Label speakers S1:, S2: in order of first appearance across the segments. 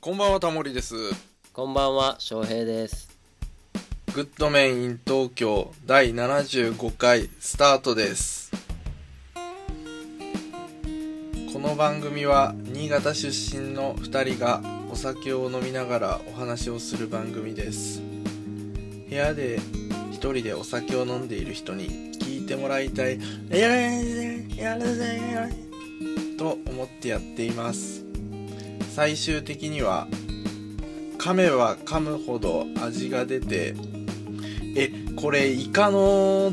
S1: こんばんはタモリです
S2: こんばんは、翔平です。
S1: グッドメイン in 東京第75回スタートですこの番組は新潟出身の2人がお酒を飲みながらお話をする番組です部屋で一人でお酒を飲んでいる人に聞いてもらいたいやらせやらせやらせと思ってやっています最終的には噛めば噛むほど味が出てえこれイカの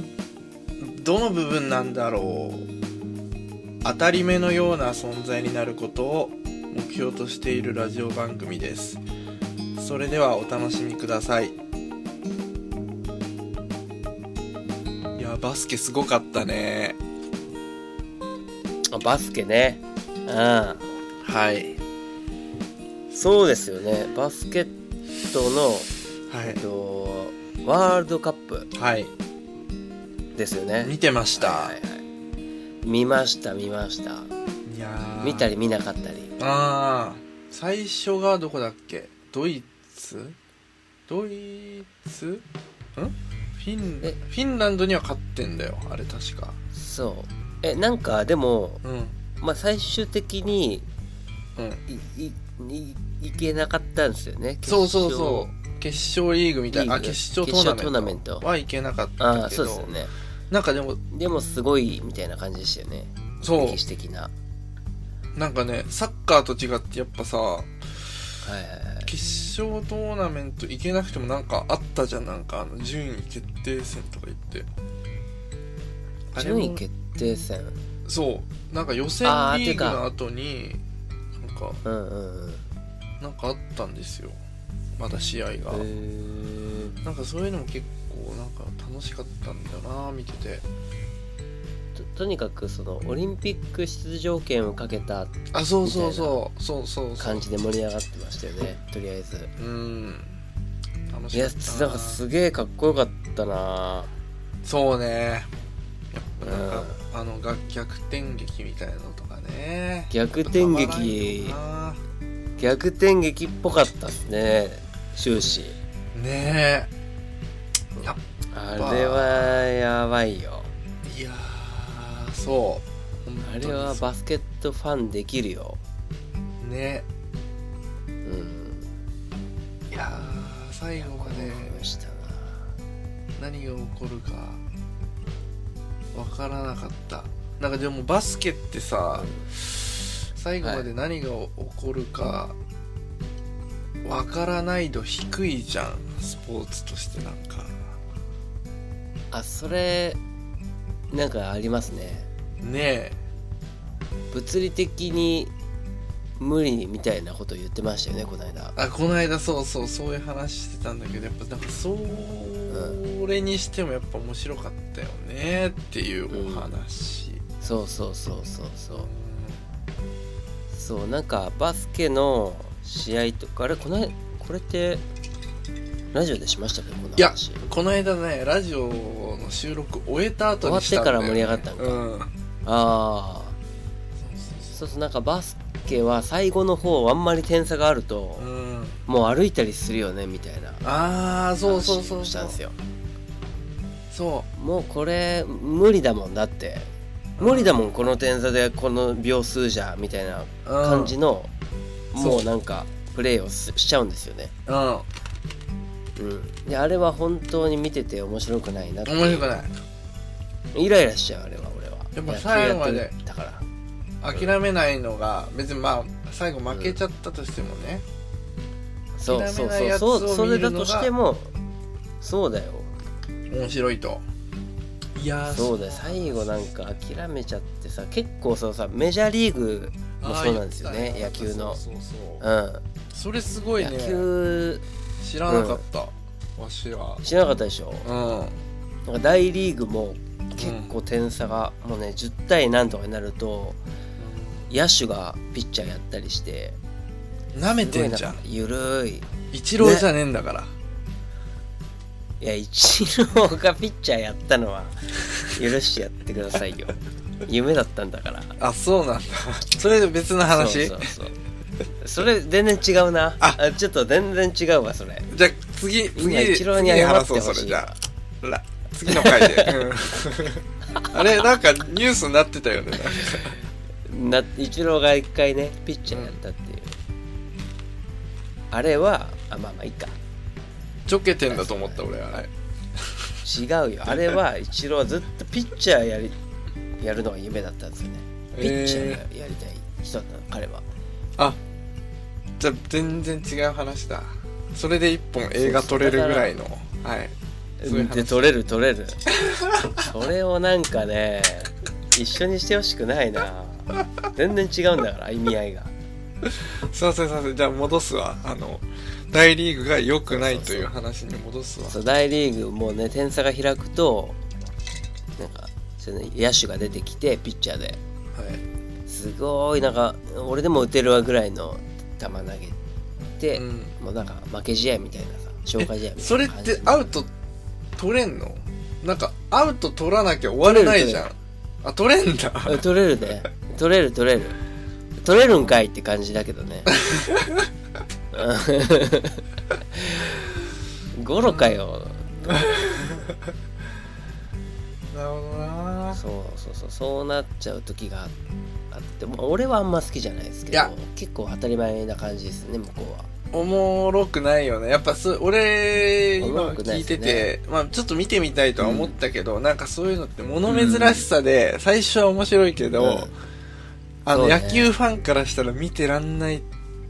S1: どの部分なんだろう当たり目のような存在になることを目標としているラジオ番組ですそれではお楽しみくださいいやバスケすごかったね
S2: あ、バスケね。う
S1: はい
S2: ん。そうですよね。バスケットの、
S1: は
S2: え
S1: い
S2: っと、ワールドカップ
S1: はい
S2: ですよね。
S1: 見てました、
S2: はいはいはい見ました、見ました。
S1: い、やー
S2: 見たり見なかったり。
S1: ああ最初がどこだっけドイツドイツんフィンフ
S2: え
S1: ィンランドには勝ってんだよあれ確か
S2: そう。え、なんか、でも、
S1: うん
S2: まあ、最終的に
S1: うん
S2: い、い、い、いけなかったんですよね。
S1: そうそうそう決勝リーグみたいなあ
S2: リーグ
S1: 決勝トーナメント
S2: 決勝トーナメント
S1: はいけなかっ
S2: あ
S1: た
S2: あ、
S1: け
S2: そ
S1: ど
S2: うですよね。
S1: なんかでも
S2: でも、すごい、みたいな感じでしたよね。
S1: そ
S2: 歴史的な。は
S1: うなんかねサッカーと違ってやっぱさ
S2: いはいはい。
S1: 決勝トーナメント行けなくてもなんかあったじゃんなんかあの順位決定戦とか言ってあれも
S2: 順位決定戦。
S1: そうなんか予選
S2: あー
S1: リー
S2: て
S1: グ
S2: か
S1: の後になんか
S2: うんうんうん。
S1: なんかあったんですよまだ試合が、
S2: へー
S1: なんかそういうのも結構なんか楽しかったんだよな見てて
S2: ととにかくそのオリンピック出場権をかけた
S1: あそうそうそうそうそうそう
S2: 感じで盛り上がってましたよねとりあえず
S1: うん楽
S2: い
S1: しか
S2: や
S1: った
S2: なん
S1: な
S2: かすげえかっこよかったな
S1: そうねやっぱなんか
S2: うん、
S1: あのが逆転劇みたいなのとかね
S2: 逆転
S1: やっぱたまらん
S2: 劇
S1: よな
S2: 逆転劇っぽかったっすね終始
S1: ねえやっ
S2: あれはやばいよ
S1: いやーそう
S2: あれはバスケットファンできるよ
S1: ね
S2: うん
S1: いやー最後まで
S2: 思いましたな
S1: 何が起こるかわからなかったなんかでもバスケってさ最後まで何が起こるかわからない度低いじゃんスポーツとしてなんか
S2: あそれなんかありますね
S1: ね
S2: 物理的に無理みたいなことを言ってましたよねこの間
S1: えあこの間そうそうそういう話してたんだけどやっぱなんかそれにしてもやっぱ面白かったよねっていうお話、
S2: そうそうそうそうそう
S1: う
S2: そうなんかバスケの試合とかあれこのこれってラジオでしましたけどこの
S1: いや
S2: 話
S1: んこの間ねラジオの収録終えた後にしたんだよ、ね、
S2: 終わってから盛り上
S1: うん
S2: ああそうそうなんかバスケは最後の方あんまり点差があると
S1: うん、
S2: もう歩いたりするよねみたいな
S1: ああそうそう
S2: 話
S1: そ
S2: を
S1: う
S2: し
S1: そ
S2: たん
S1: う
S2: ですよ
S1: そ
S2: もうこれ無理だもんだって無理だもんこの点差でこの秒数じゃみたいな
S1: う、うん、
S2: 感じ
S1: う
S2: の、
S1: ん
S2: も
S1: そう
S2: うなんかプレーをすしちゃうんですよね、
S1: うん面
S2: うん、であれは本当に見てて面白くないなって
S1: 白くない
S2: イライラしちゃうあれは俺は
S1: やっぱ
S2: 野球
S1: 最後まで
S2: やってたから
S1: 諦めないのが別にまあ最後負けちゃったとしてもね、
S2: そうそ
S1: 諦め
S2: う
S1: ない
S2: そ
S1: や
S2: う
S1: つを
S2: そうそ
S1: 見る
S2: れ
S1: のが
S2: だとしてもそうだよ
S1: 面白いといやー
S2: そうだよ最後なんか諦めちゃってさ結構そうさメジャーリーグもそうなんですよね
S1: あー
S2: 野球の
S1: そうそうそう
S2: う
S1: そうんそれすごいね
S2: 野球
S1: 知らなかった、わしは
S2: しなかったでしょ
S1: うん
S2: なんか大リーグも結構点差がもうね10対何とかになると野手がピッチャーやったりして
S1: なめてんじゃん
S2: すごいなゆるい
S1: 一郎じゃねえんだから、
S2: いや一郎がピッチャーやった のは許してやってくださいよ夢だったんだから
S1: あそうなんだそれ別の話
S2: そうそうそうそれ全然違うな
S1: あ
S2: あちょっと全然違うわそれ
S1: じゃあ次次
S2: みんな一郎に
S1: 次
S2: 謝って
S1: 話
S2: ほしい
S1: そうそれじゃあら次の回で、うん あれなんかニュースになってたよねなんか
S2: な一郎が一回ねピッチャーやったっていう、あれはあまあまあいいか
S1: ちょけてんだと思った俺あれ
S2: 違うよあれは一郎はずっとピッチャーやりやるのが夢だったんですよねピッチャ
S1: え
S2: ーやりたい人だったの彼は
S1: あじゃあ全然違う話だそれで一本映画撮れるぐらいのはいそういう話
S2: で取れる取れる それをなんかね一緒にしてほしくないな全然違うんだから意味合いが
S1: すいませんすいませんじゃあ戻すわあの大リーグが良くないという話に戻すわ
S2: そう大リーグもうね点差が開くとなんかその野手が出てきてピッチャーで
S1: はい
S2: すごいなんか俺でも打てるわぐらいの球投げて、
S1: うん
S2: もうなんか負け試合みたいなさ消化試合みたいな感じ
S1: それってアウト取れんのなんかアウト取らなきゃ終われないじゃんあ取れんだ
S2: え取れるね取れる取れる取れるんかいって感じだけどねゴロかよ
S1: なるほどな
S2: そうそうそうそうなっちゃう時があってもう俺はあんま好きじゃないですけ
S1: い
S2: ど
S1: や
S2: 結構当たり前な感じですね向こうは
S1: おもろくないよねやっぱそ俺
S2: お
S1: 今
S2: もろくな
S1: 聞
S2: い
S1: い
S2: ですね
S1: てて、まあ、ちょっと見てみたいとは思ったけど、なんかそういうのって物珍しさで、最初は面白いけど、
S2: うん
S1: あ
S2: そ
S1: の
S2: うね
S1: 野球ファンからしたら見てらんない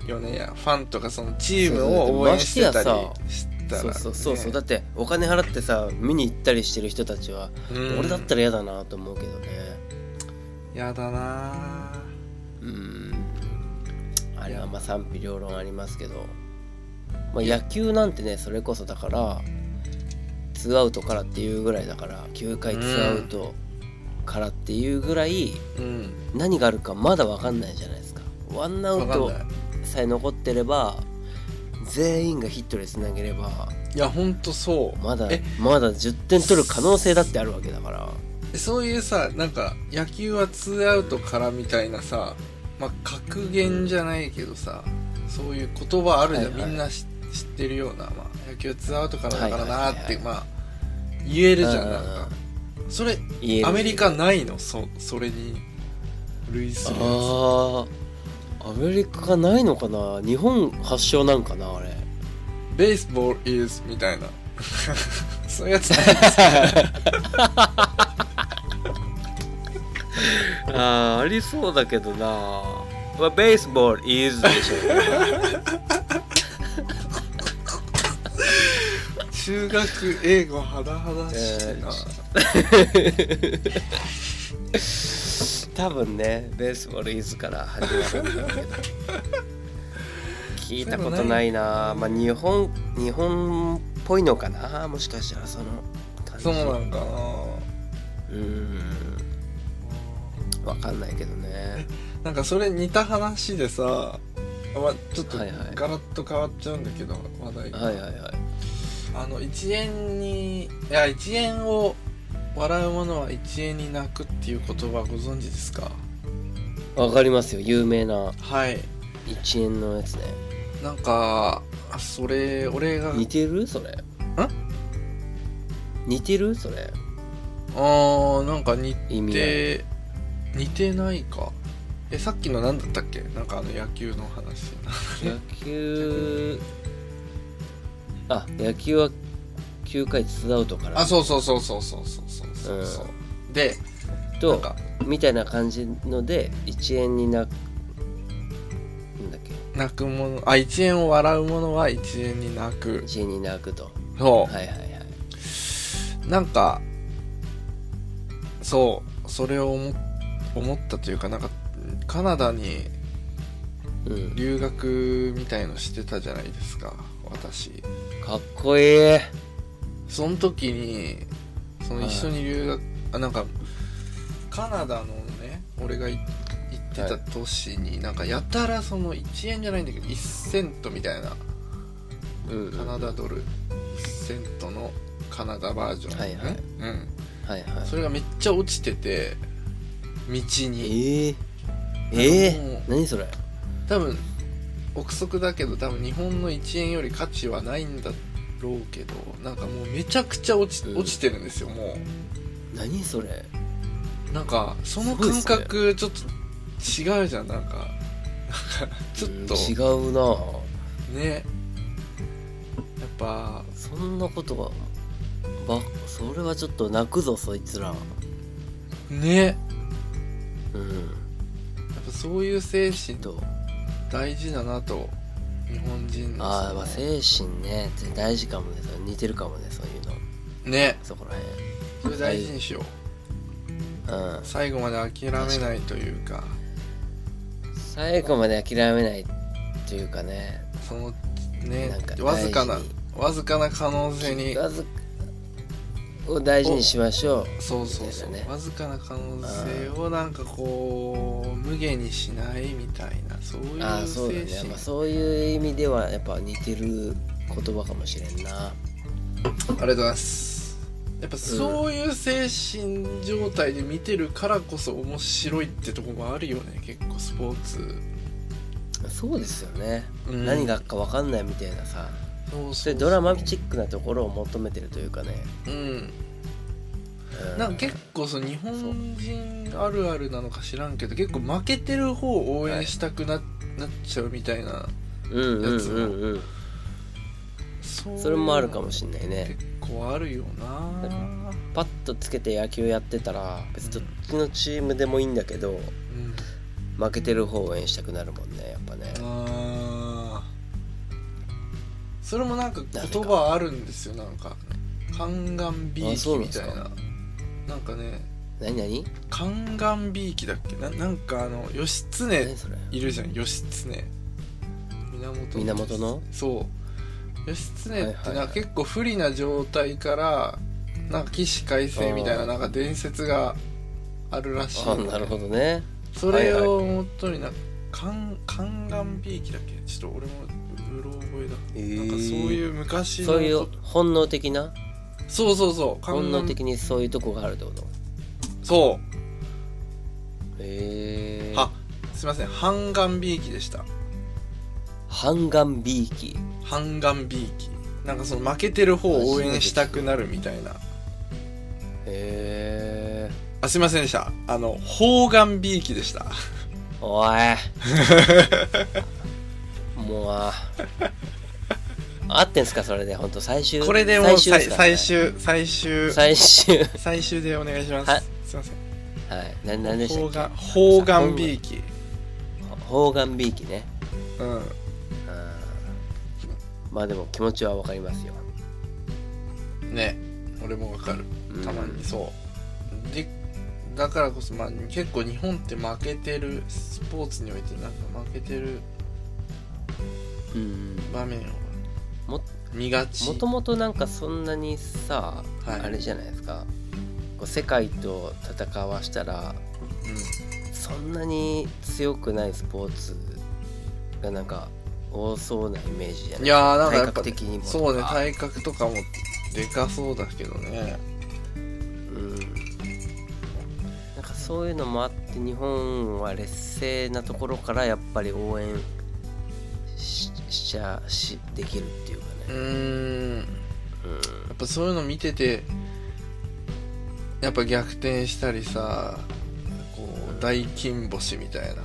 S1: よねファンとかそのチームを応援してたりしたら、
S2: そ
S1: ね、
S2: うそうそうそうだってお金払ってさ見に行ったりしてる人たちは、
S1: うん
S2: 俺だったら嫌だなと思うけどね
S1: やだな
S2: うんあれはまあ賛否両論ありますけど、まあ、野球なんてねそれこそだからツーアウトからっていうぐらいだから9回ツーアウトからっていうぐらい
S1: うん
S2: 何があるかまだ分かんないじゃないですかワンア
S1: 分
S2: ウ
S1: かん
S2: ト
S1: ない
S2: さえ残ってれば全員がヒットでつなげれば
S1: いやほんとそう
S2: まだ
S1: え
S2: まだ10点取る可能性だってあるわけだから
S1: そういうさなんか野球はツーアウトからみたいなさ、まあ、格言じゃないけどさそういう言葉あるじゃん、
S2: はいはい
S1: みんな知知ってるような、まあ、野球はツーアウトからだから
S2: は
S1: ない
S2: はい
S1: ー
S2: はい
S1: っ
S2: はい
S1: て、まあ言えるじゃん,、
S2: うんうんうん
S1: なんかそれ
S2: 言える
S1: アメリカないのそそれに類するや
S2: あーアメリカがないのかな日本発祥なんかなあれ
S1: つベースボール is みたいな そういうやつ
S2: あーありそうだけどなまあベースボール is でしょ
S1: 中学英語はだはだしいな、
S2: 多分ねベースボール is から始まるんだろうけど聞いたことないなまあ日本日本っぽいのかなもしかしたらその感じ
S1: そうなんかな
S2: うーんわかんないけどね
S1: なんかそれ似た話でさ、まあ、ちょっと
S2: は
S1: ガ
S2: いはい
S1: ラッと変わっちゃうんだけど、話題が、
S2: はいはいはい
S1: あの1円にいや1円を笑うものは1円に泣くっていう言葉ご存知ですか
S2: わかりますよ有名な
S1: はい
S2: 1円のやつね
S1: なんかあそれ俺が
S2: 似てるそれ似てるそれ
S1: あーなんか似
S2: 意味合い
S1: て似てないかえさっきの何だったっけなんかあの野球の 話
S2: 野球あ野球は9回ツーアウトから
S1: あそうそうそうそうそうそうそうそうそうでな
S2: と
S1: んか
S2: みたいな感じので1円にななんだっけ
S1: 泣くものあ1円を笑うものは1円に泣く
S2: 1円に泣くと
S1: そ
S2: はいはいはい、
S1: うなんかそうそれを思思ったというかなんかカナダに
S2: うん、
S1: 留学みたいのしてたじゃないですか私
S2: かっこいい
S1: その時にその
S2: はい
S1: 一緒に留学、あなんかカナダのね俺がい行ってた都市になんかやたらその1円じゃないんだけど1セントみたいな
S2: うんうん
S1: カナダドル1セントのカナダバージョン、
S2: はいはい
S1: うん、
S2: はいはい
S1: それがめっちゃ落ちてて道
S2: え
S1: に
S2: ー、え
S1: もう
S2: ー、何それ
S1: 多分憶測だけど多分日本の1円より価値はないんだろうけどなんかもうめちゃくちゃ落ち,、
S2: うん
S1: 落ちてるんですよも
S2: 何それ
S1: うなんかその感覚ちょっと違うじゃんなんかなんかちょっと
S2: うん違うなぁ
S1: ねやっぱ
S2: そんなことはばそれはちょっと泣くぞそいつら
S1: ねやっ
S2: うん
S1: ぱそういう精神
S2: と
S1: 大事だなと日本人の
S2: あ
S1: そ
S2: あ
S1: の
S2: まあ精神ね大事かもねそれ似てるかもねそういうの
S1: ね
S2: そこら
S1: それ大事にしよう、
S2: 辺うん
S1: 最後まで諦めないというか
S2: 最後まで諦めないというかね
S1: そのね
S2: なんか
S1: わずかな
S2: 大事
S1: わずかな可能性に
S2: わずを大事にしましょう
S1: そうそうそう、
S2: みたいなね
S1: わずかな可能性をなんかこう無限にしないみたいなそういう精神
S2: ああそうだね、まあ、そういう意味ではやっぱ似てる言葉かもしれんな
S1: ありがとうございますやっぱそういう精神状態で見てるからこそ面白いってとこもあるよね結構スポーツ、
S2: そうですよね、
S1: うん
S2: 何がか分かんないみたいなさ
S1: そうそう
S2: そういうドラマチックなところを求めてるというかね、
S1: うん
S2: う
S1: なんか結構その日本人あるあるなのか知らんけど結構負けてる方を応援したくな,、なっちゃうみたいな
S2: うんうん
S1: やつも
S2: うんうん
S1: そ
S2: それもあるかも
S1: し
S2: しんないね
S1: 結構あるよな、
S2: パッとつけて野球やってたら別にどっちのチームでもいいんだけど
S1: うん、
S2: 負けてる方を応援したくなるもんねやっぱね
S1: あーそれもなんか言葉あるんですよなんか宦官びい
S2: あ
S1: き
S2: そうなん
S1: み
S2: です
S1: た
S2: か
S1: いななんかね
S2: 何何
S1: 宦官びいきだっけななんかあの義経
S2: 何それ
S1: いるじゃん義経源
S2: 源の
S1: そう義経って
S2: はいはい
S1: なん
S2: はい
S1: か結構不利な状態からなんか起死回生みたい
S2: あ
S1: な
S2: ー
S1: なんか伝説があるらしい
S2: あなるほどね
S1: それをもとになんか宦宦官びいきだっけちょっと俺もうろ覚え
S2: え
S1: だなんかそう
S2: う
S1: いう昔の
S2: そういう本能的な
S1: そうそうそう宦
S2: 本
S1: 官
S2: 能的にそういうとこがあるってこと
S1: そう
S2: へえ
S1: あすいません宦官びいきでした
S2: 半眼びいき
S1: 宦官びいきなんかその負けてる方を応援したくなるみたいな
S2: へえ
S1: あすいませんでしたあの方眼びいきでした
S2: お いもうあ合ってんすかそれで本当最終
S1: これでもう
S2: 最
S1: 最
S2: 終
S1: 最
S2: す
S1: 終最終
S2: かね最終
S1: 最終でお願いしま
S2: はい
S1: すすいません
S2: はいな何でした
S1: 方
S2: っけ
S1: 眼方眼びいき
S2: 方眼びいきね
S1: うん
S2: うんまあでも気持ちはわかりますよ
S1: ね俺もわかるたまにそうでだからこそ、まあ、結構日本って負けてるスポーツにおいてなんか負けてる
S2: うんうん
S1: 場面を
S2: も
S1: 見がち
S2: もともとなんかそんなにさ、
S1: はい
S2: あれじゃないですかこう世界と戦わしたらそんなに強くないスポーツがなんか多そうなイメージじゃ
S1: う、
S2: なんい
S1: いやーなんかや
S2: 体
S1: っぱ
S2: 格的にもとか
S1: そうね体格とかもでかそうだけどね
S2: うんなんかそういうのもあって日本は劣勢なところからやっぱり応援ししちゃしできるっていうか
S1: う
S2: ね、
S1: ーん
S2: うん
S1: やっぱそういうの見ててやっぱ逆転したりさこう大金星みたい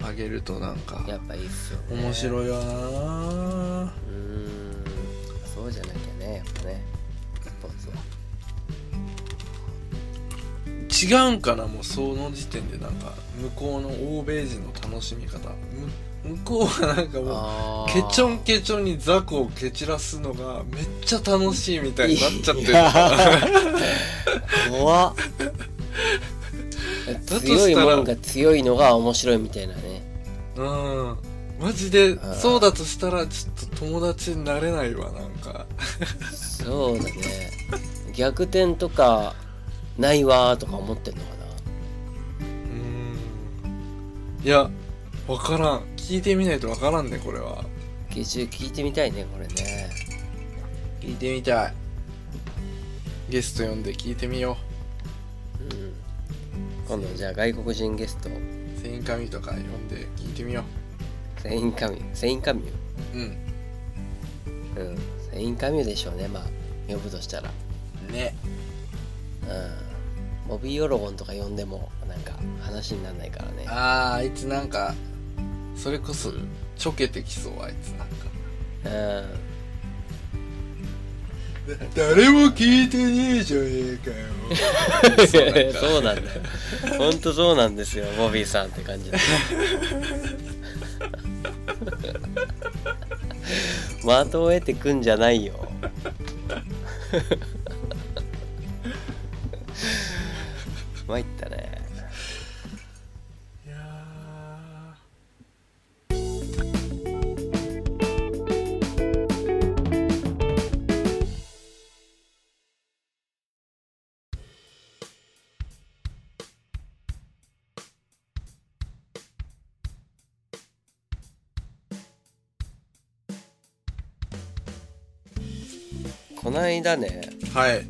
S1: なあげるとなんか
S2: やっぱいいっすよ、ね、
S1: 面
S2: う
S1: 白いわな
S2: ーんそうじゃなきゃねやっぱねスポーツは
S1: 違うんかなもうその時点でなんか向こうの欧米人の楽しみ方む向こうはなんかもう
S2: あ
S1: ケチョンケチョンに雑魚を蹴散らすのがめっちゃ楽しいみたいになっちゃってる
S2: る怖っ
S1: としたら
S2: 強いもんが強いのが面白いみたいなね
S1: うんマジで
S2: ー
S1: そうだとしたらちょっと友達になれないわなんか
S2: そうだね逆転とかないわーとか思ってんのか
S1: うんいやわからん聞いてみないとわからんねこれは
S2: な劇中聞いてみたいねこれね
S1: 聞いてみたいゲスト呼んで聞いてみよ
S2: うん今度じゃあ外国人ゲスト
S1: うセインカミとか呼んで聞いてみよう
S2: セセインカミュセインカミュ
S1: うん
S2: うんセインカミュでしょうねまあ呼ぶとしたら
S1: ね
S2: うんボビー・オロゴンとか呼んでもなんか話にならないからね
S1: あーあいつなんかそれこそちょけてきそうあいつなんか
S2: う ん
S1: 誰も聞いてねえじゃねえか
S2: そうなんだよ本当そうなんですよボビーさんって感じで的を得てくんじゃないよ参ったね
S1: いや
S2: こないだね
S1: ーはい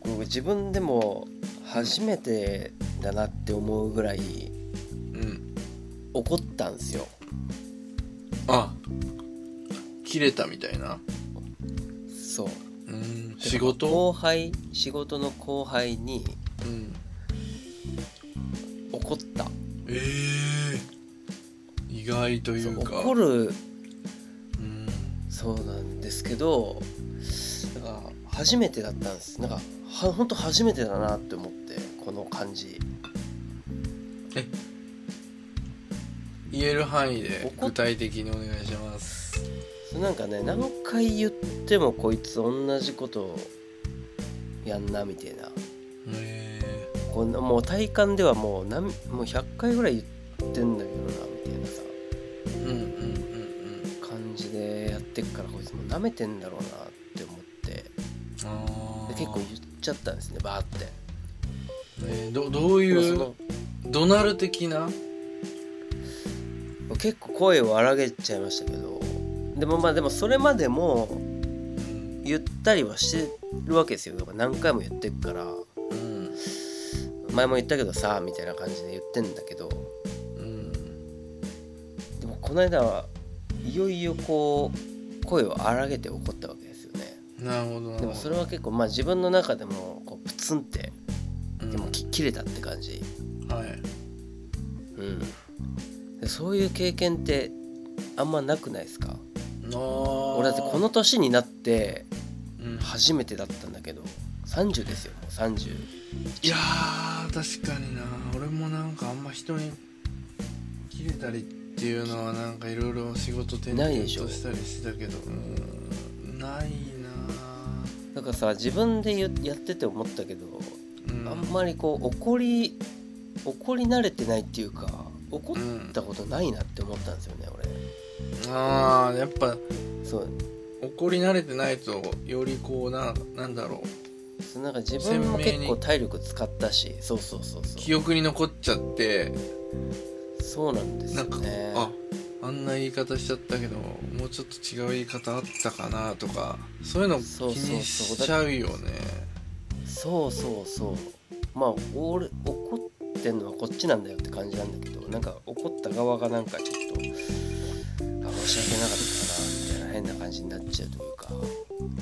S2: 僕自分でも初めてだなって思うぐらい
S1: うん
S2: 怒ったんですよ
S1: あ切れたみたいな
S2: そう
S1: うん
S2: で
S1: 仕事
S2: 後輩仕事の後輩に
S1: うん
S2: 怒った
S1: ええ意外とい
S2: そう
S1: うか
S2: 怒る
S1: うん
S2: そうなんですけどなんか初めてだったんですなんかは本当初めてだなって思ってこの感じ
S1: 言える範囲で
S2: 怒っ
S1: 具体的にお願いします
S2: それなんかね何回言ってもこいつ同じことやんなみたいな
S1: え
S2: こんなもう体感ではもう何もう100回ぐらい言ってんだけどなみたいなさ
S1: えうんうんうんうん
S2: 感じでやってっからこいつもう舐めてんだろうなって思って
S1: あ
S2: で
S1: あ
S2: 結構言っちゃったんですねバーって。
S1: えーどどうい
S2: でもそうの
S1: ドナル的な
S2: 結構声を荒げちゃいましたけどでもまあでもそれまでも
S1: うん
S2: 言ったりはしてるわけですよやっぱ何回も言ってるから
S1: うん
S2: 前も言ったけどさみたいな感じで言ってんだけど
S1: うん
S2: でもこの間はいよいよこう声を荒げて怒ったわけですよね
S1: なるほどなるほど
S2: でもそれは結構まあ自分の中でもこうプツンって
S1: うん
S2: でもき切れたって感じ
S1: はい
S2: うんでそういう経験ってあんまなくないですか俺
S1: 俺
S2: だってこの年になって
S1: うん
S2: 初めてだったんだけど30ですよもう30
S1: いやー確かにな俺もなんかあんま人に切れたりっていうのはなんかいろいろ仕事転々
S2: ないでしょ
S1: としたりしてたけどうんないな
S2: だからさ自分で言やってて思ったけど
S1: うん
S2: あんまりこう怒り怒り慣れてないっていうか怒ったことないなって思ったんですよね
S1: あーやっぱ
S2: 俺そう
S1: 怒り慣れてないとよりこうななんだろう
S2: そのなんか自分
S1: 鮮明
S2: も結
S1: に
S2: 構体力使ったしそうそうそうそ
S1: 記憶に残っちゃって
S2: うそうなんです
S1: な
S2: よ
S1: んか、
S2: ね
S1: ああんな言い方しちゃったけどもうちょっと違う言い方あったかなとかそういうの気
S2: そうそうそう
S1: にしちゃうよね
S2: そうそうそうまあ俺怒ってんのはこっちなんだよって感じなんだけどなんか怒った側がなんかちょっとあ申し訳なかったなみたいな変な感じになっちゃうというか、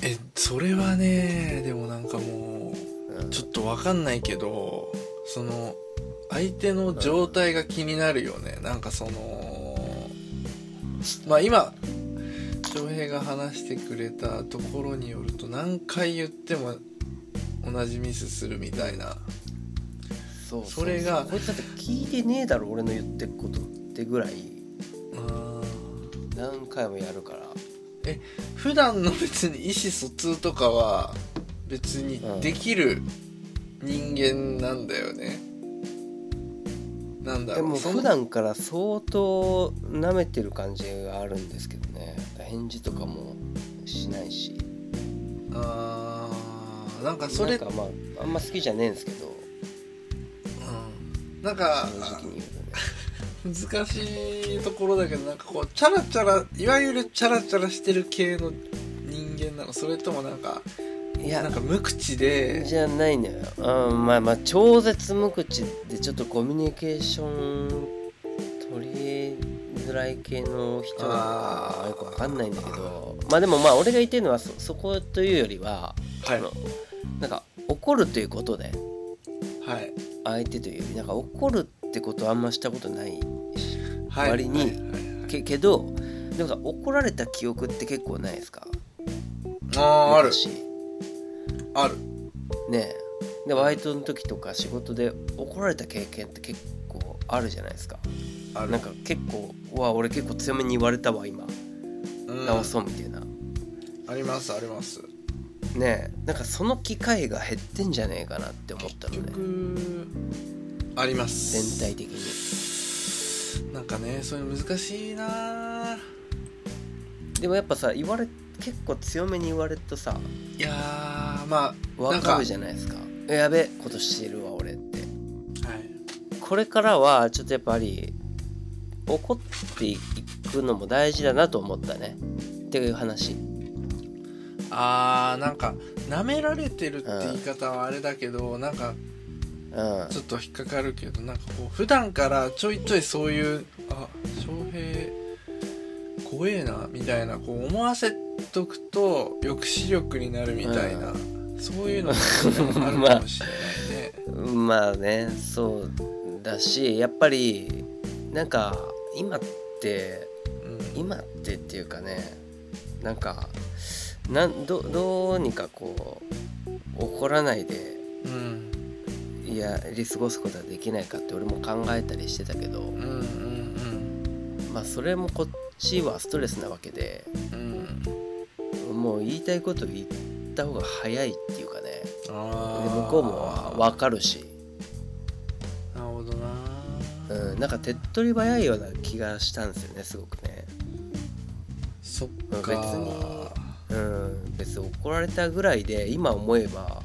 S1: えそれはねでもなんかもう
S2: うん、
S1: ちょっとわかんないけどその相手の状態が気になるよね、なんかそのまあ今翔平が話してくれたところによると何回言っても同じミスするみたいな
S2: そううう
S1: それが
S2: こいつだって聞いてねえだろ俺の言ってることってぐらい何回もやるから
S1: 普段の別に意思疎通とかは別にできる人間なんだよね、なんだ
S2: で
S1: ろう
S2: も
S1: その
S2: 普段から相当舐めてる感じがあるんですけどね返事とかもしないし
S1: あーなんかそれ
S2: なんかまああんま好きじゃねえんですけど
S1: うんなんか
S2: 正直に言うとね
S1: 難しいところだけどなんかこうチャラチャラいわゆるチャラチャラしてる系の人間なのそれともなんか
S2: いや
S1: なんか無口で
S2: じゃないのよ、うん、まあまあ超絶無口でちょっとコミュニケーション取りづらい系の人なのか
S1: あー
S2: なよくわかんないんだけどまあでもまあ俺が言ってるのはそそこというよりは、
S1: はい
S2: あのなんか怒るということで
S1: はい
S2: 相手というよりなんか怒るってことはあんましたことないし
S1: はい
S2: 割に
S1: はいはいはい
S2: けけどでもさ怒られた記憶って結構ないですか
S1: あーある
S2: 昔
S1: ある
S2: ねえでバイトの時とか仕事で怒られた経験って結構あるじゃないですか
S1: ある
S2: なんか結構うわ俺結構強めに言われたわ今
S1: うん
S2: 直そうみたいな、
S1: ありますあります
S2: ねえなんかその機会が減ってんじゃねえかなって思ったの
S1: 結
S2: ね
S1: 局あります
S2: 全体的に
S1: なんかねそういうの難しいなあ
S2: でもやっぱさ言われ結構強めに言われるとさ
S1: いやーまあな
S2: わ
S1: んか
S2: かるじゃないですかえやべえことしてるわ俺って
S1: はい
S2: これからはちょっとやっぱり怒っていくのも大事だなと思ったねっていう話
S1: あーなんか舐められてるって言い方はあれだけど、なんか
S2: うん
S1: ちょっと引っかかるけどなんかこう普段からちょいちょいそういう「あ翔平怖えな」みたいなこう思わせとくと抑止力になるみたいな、そういうのもあるかもしれないね。
S2: まあねそうだしやっぱりなんか今って
S1: うん
S2: 今ってっていうかねなんかなんどどうにかこう怒らないで
S1: うん
S2: いやり過ごすことはできないかって俺も考えたりしてたけど
S1: うんうん
S2: まあそれもこっちはストレスなわけで
S1: うんうん
S2: もう言いたいこと言った方が早いっていうかねで
S1: あー
S2: 向こうも分かるし、
S1: なるほどな
S2: うん、なんか手っ取り早いような気がしたんですよねすごくね。
S1: そっか
S2: 別にうん別に怒られたぐらいで今思えば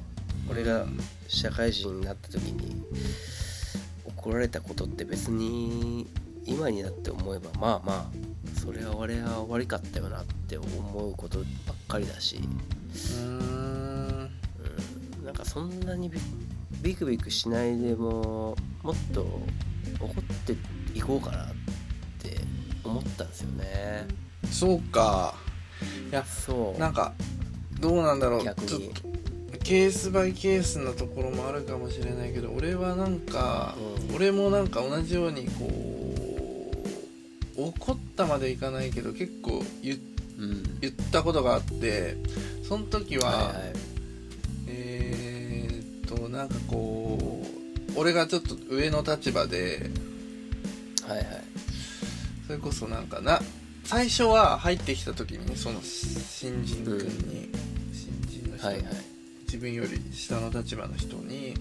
S2: 俺が社会人になった時に怒られたことって別に今になって思えばまあまあそれは俺は悪かったよなって思うことばっかりだし、
S1: うーん
S2: うん、なんかそんなにビビクビクしないでももっと怒っていこうかなって思ったんですよね。
S1: そうか
S2: そう
S1: なんかどうなんだろう
S2: 逆に
S1: ちょっとケースバイケースなところもあるかもしれないけど俺はなんか、
S2: うん
S1: 俺もなんか同じようにこう怒ったまでいかないけど結構言
S2: うん
S1: 言ったことがあってその時は、
S2: はいはい
S1: えーっとなんかこう俺がちょっと上の立場で
S2: はいはい
S1: それこそなんかな最初は入ってきた時にねその新人君に、新人の人
S2: は
S1: に、
S2: いはい
S1: 自分より下の立場の人に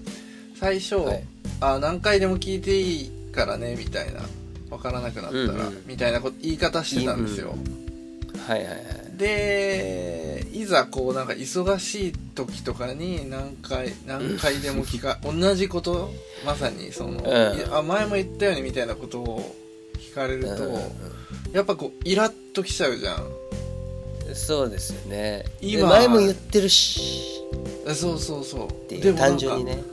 S1: 最初、
S2: はい
S1: あ何回でも聞いていいからねみたいな分からなくなったら、
S2: うんうん
S1: みたいなこと言い方してたんですよ、
S2: はいはいはい
S1: でいざこうなんか忙しい時とかに何回何回でも聞 か同じことまさにその、
S2: ん
S1: いあ前も言ったよねみたいなことを聞かれると、やっぱこうイラッときちゃうじゃん
S2: うんそうですよね
S1: 今
S2: で前も言ってるし
S1: えそうそうそう
S2: ってい
S1: で
S2: う
S1: もなんか
S2: 単純にね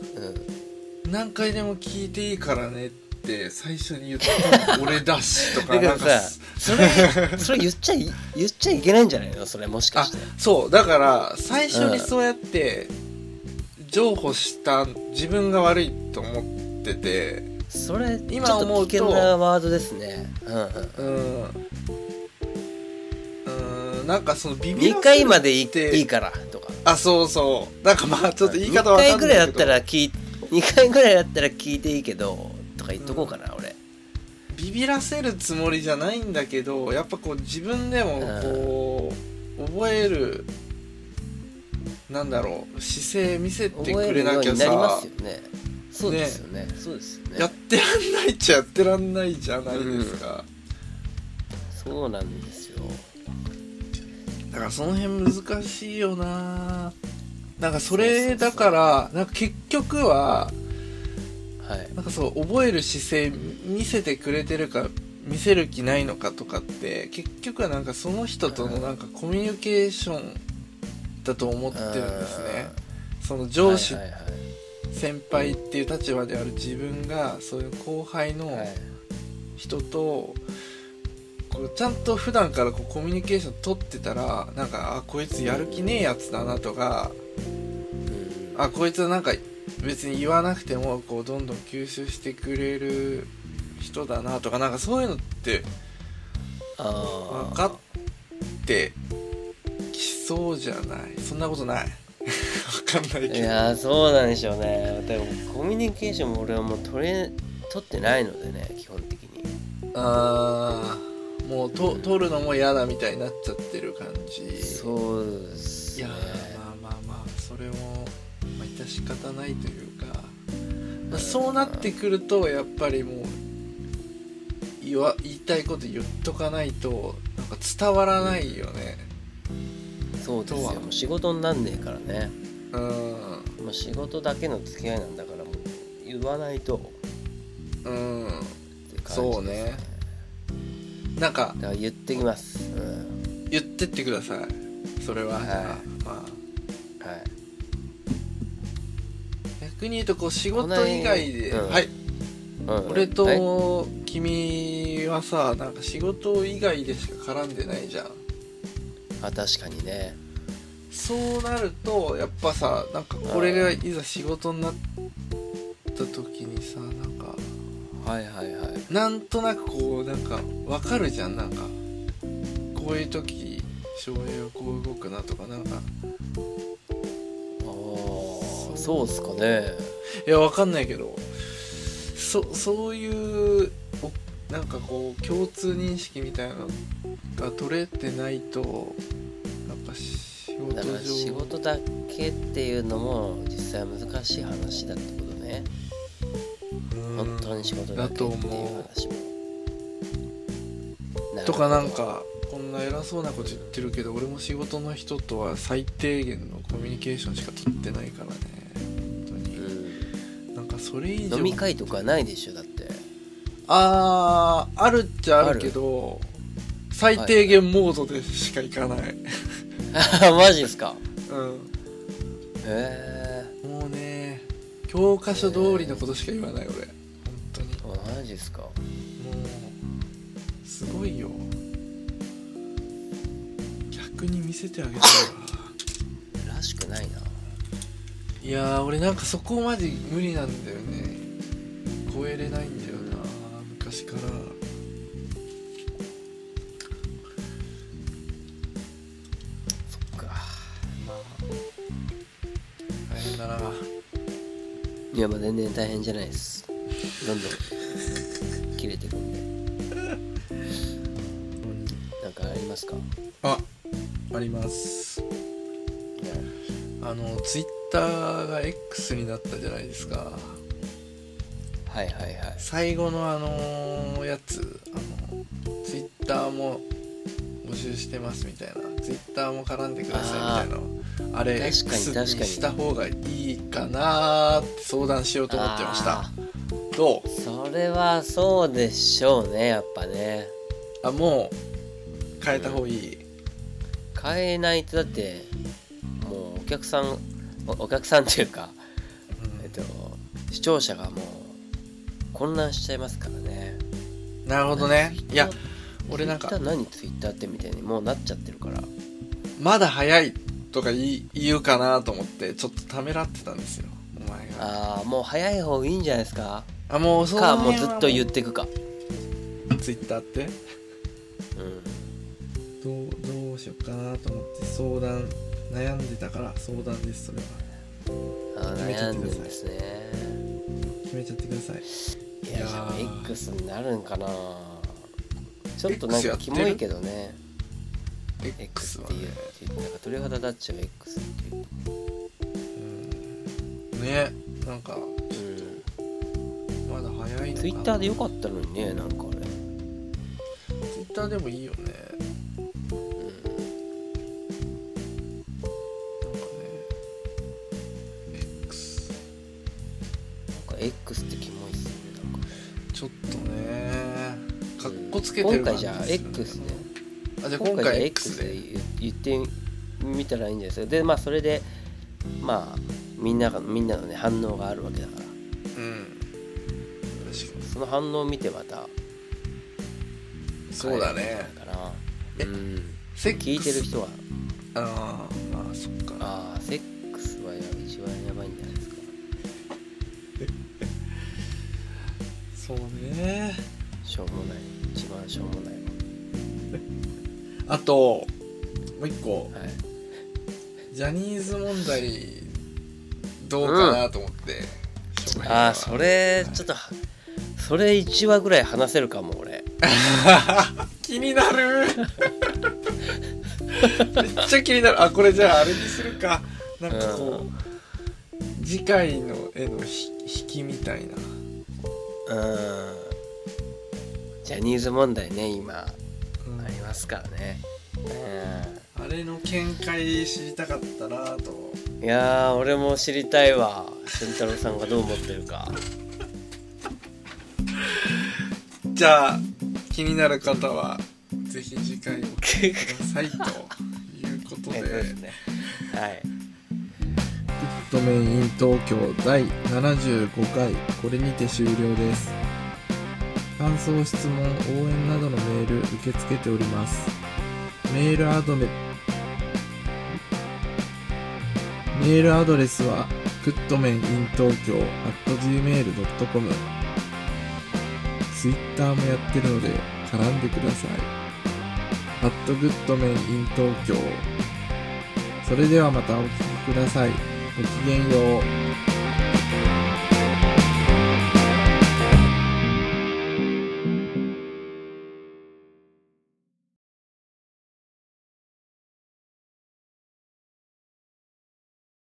S1: 何回でも聞いていいからねって最初に言った の俺だしとかなんか
S2: だから
S1: す
S2: さそれそれ言っちゃい言っちゃいけないんじゃないのそれもしか
S1: あ
S2: して
S1: そうだから最初にそうやって譲歩した自分が悪いと思ってて
S2: それちょ
S1: 今
S2: っ
S1: 思
S2: と
S1: うと
S2: 危険なワードですねうんうん
S1: うんうーんなんかそのビビらせる
S2: 2回までいい
S1: って
S2: いいからとか
S1: あそうそうなんかまあちょっと言い方わか
S2: 2回
S1: んな
S2: ぐ
S1: い
S2: らいだ
S1: け
S2: っ
S1: ど
S2: たら聞い2回ぐらいだったら聞いていいけどとか言っとこうかな俺
S1: ビビらせるつもりじゃないんだけどやっぱこう自分でもこう覚えるなんだろう姿勢見せて
S2: 覚
S1: く
S2: え
S1: れ
S2: るよ
S1: な
S2: う
S1: きゃ
S2: になりま
S1: さ
S2: すよねそうですよねそうですよね
S1: やってらんないっちゃやってらんないじゃないですか、
S2: そうなんですよ
S1: だからその辺難しいよななんかそれだからなんか結局は
S2: はい
S1: なんかそう覚える姿勢見せてくれてるか見せる気ないのかとかって結局はなんかその人とのなんかコミュニケーションだと思ってるんですねその上司、
S2: はいはいはい
S1: 先輩っていう立場である自分がそういう後輩の
S2: はい
S1: 人とこうちゃんと普段からこうコミュニケーション取ってたらなんかあこいつやる気ねえやつだなとか
S2: うん
S1: あこいつはなんか別に言わなくてもこうどんどん吸収してくれる人だなとかなんかそういうのって
S2: あ
S1: 分
S2: ー
S1: かってきそうじゃないそんなことない 分かんない
S2: い
S1: けど
S2: やーそうなんでしょうねでもコミュニケーションも俺はもう取れ取ってないのでね基本的に
S1: あーもうと取るのも嫌だみたいになっちゃってる感じ
S2: そうです
S1: い
S2: ね
S1: やーまあまあまあそれも、まあ、致し方ないというか、まあ、そうなってくるとやっぱりもう言わ言いたいこと言っとかないとなんか伝わらないよね
S2: そうです
S1: とは
S2: よもう仕事になんねえからね
S1: うん
S2: もう仕事だけの付き合いなんだからもう言わないと
S1: うん
S2: っていう感じです、ね、
S1: そうねなんか
S2: だから言ってきますうん
S1: 言ってってくださいそれは、
S2: はい
S1: じゃあまあ
S2: はい
S1: 逆に言うとこう仕
S2: こ
S1: 事
S2: の間
S1: 以外で、
S2: うん
S1: はい
S2: うん
S1: 俺
S2: はい
S1: と君はさなんか仕事以外でしか絡んでないじゃん
S2: あ確かにね
S1: そうなるとやっぱさなんかこれがいざ仕事になった時にさなんか
S2: はいはいはい
S1: なんとなくこうなんかわかるじゃんなんかこういう時照英はこう動くなとかなんか
S2: あーそうっすかね
S1: いやわかんないけどそそういうおなんかこう共通認識みたいなのが取れてないとやっぱ仕事
S2: だから
S1: 上
S2: 仕事だけっていうのも実際難しい話だってことね
S1: うん
S2: 本当に仕事だけっていう話もなるほど
S1: とかなんかこんな偉そうなこと言ってるけど俺も仕事の人とは最低限のコミュニケーションしか取ってないからね本当
S2: う
S1: に、
S2: ん
S1: なんかそれ以上
S2: 飲み会とかないでしょ だって
S1: あーあるっちゃあるけど最低限モードでしか行かない、
S2: あーマジですか
S1: う
S2: へえ
S1: んもうね教科書通りのことしか言わない俺本当にも
S2: マジですか
S1: うすごいよ逆に見せてあげたら
S2: らしくないない
S1: やー俺なんかそこまで無理なんだよね超えれないんだよな昔から
S2: そっか
S1: まあ大変だない
S2: やまあ全然大変じゃないですどんどん切れていくんでなんかありますか
S1: あありますあのツイッターが X になったじゃないですか
S2: はいはいはい
S1: 最後のあのやつあのツイッターも募集してますみたいなツイッターも絡んでくださいみたいなあれ
S2: 確かに
S1: X に
S2: 確かに
S1: した方がいいかなーって相談しようと思ってましたどう
S2: あーそれはそうでしょうねやっぱね
S1: あもう変えた方がいい、
S2: 変えないとだってもうお客さんおお客さんっていうか、えっと、視聴者がもう混乱しちゃいますからね
S1: なるほどねいや俺なんか
S2: ツイッター何ツイッターってみたいにもうなっちゃってるから
S1: まだ早いとか言い言うかなと思ってちょっとためらってたんですよお前が
S2: ああもう早い方がいいんじゃないですか
S1: あもうそ
S2: かもう
S1: 辺
S2: ずっ
S1: は
S2: と言ってくか
S1: ツイッターって
S2: うん
S1: どうどうしようかなと思って相談悩んでたから相談ですそれは
S2: あー
S1: 決めちゃ
S2: 悩
S1: って
S2: ん
S1: くださ
S2: で
S1: い
S2: んですね
S1: 決めちゃってください
S2: いや
S1: いやー
S2: じゃあ X になるんかなちょっとなん
S1: X や
S2: か
S1: って
S2: キ
S1: る
S2: モいけどね
S1: X
S2: X っ
S1: は
S2: て
S1: ね
S2: いうなんか鳥肌立っちゃう X っていう
S1: ねなんか
S2: う
S1: まだ早いのかなん
S2: Twitter でよかったのにねなんかあれ
S1: ツイッターでもいいよね
S2: うん
S1: なんかね X
S2: なんか X ってキモいっすよねなんかね
S1: ちょっとねかっこつけて
S2: 今
S1: る感
S2: 回
S1: じ
S2: じゃあ X ね
S1: あじゃあ
S2: 今
S1: 今
S2: 回じゃあ
S1: 回
S2: X
S1: X
S2: で
S1: で
S2: 言ってみたらいいんじゃないですかでまあそれでまあみんながみんなのね反応があるわけだから
S1: うん確か
S2: その反応を見てまた
S1: そうだね
S2: 帰れるんじゃない
S1: え
S2: かなうん
S1: セックス
S2: 聞いてる人は
S1: あーまあそっか
S2: ああセックスはや一番やばいんじゃないですか
S1: そうね
S2: しょうもない一番しょうもない
S1: あともう一個
S2: はい
S1: ジャニーズ問題どうかなと思って、しょうがないな
S2: ああそれちょっとそれ1話ぐらい話せるかも俺
S1: 気になる めっちゃ気になるあこれじゃああれにするかなんかこう、次回の絵のひ引きみたいな
S2: うんジャニーズ問題ね今
S1: うん
S2: ありますからねう
S1: あれの見解知りたかったなと
S2: んいやー俺も知りたいわ俊太郎さんがどう思ってるか
S1: じゃあ気になる方はぜひ次回お聞きくださいということ
S2: えそうで
S1: です
S2: ねはい
S1: ドメイン東京第75回これにて終了です感想質問応援などのメール受け付けておりますメールアドレメールアドレスはクッドメンイン東京 gmail.com ツイッターもやってるので絡んでくださいアットグッドメンイン東京それではまたお聴きくださいごきげんよう。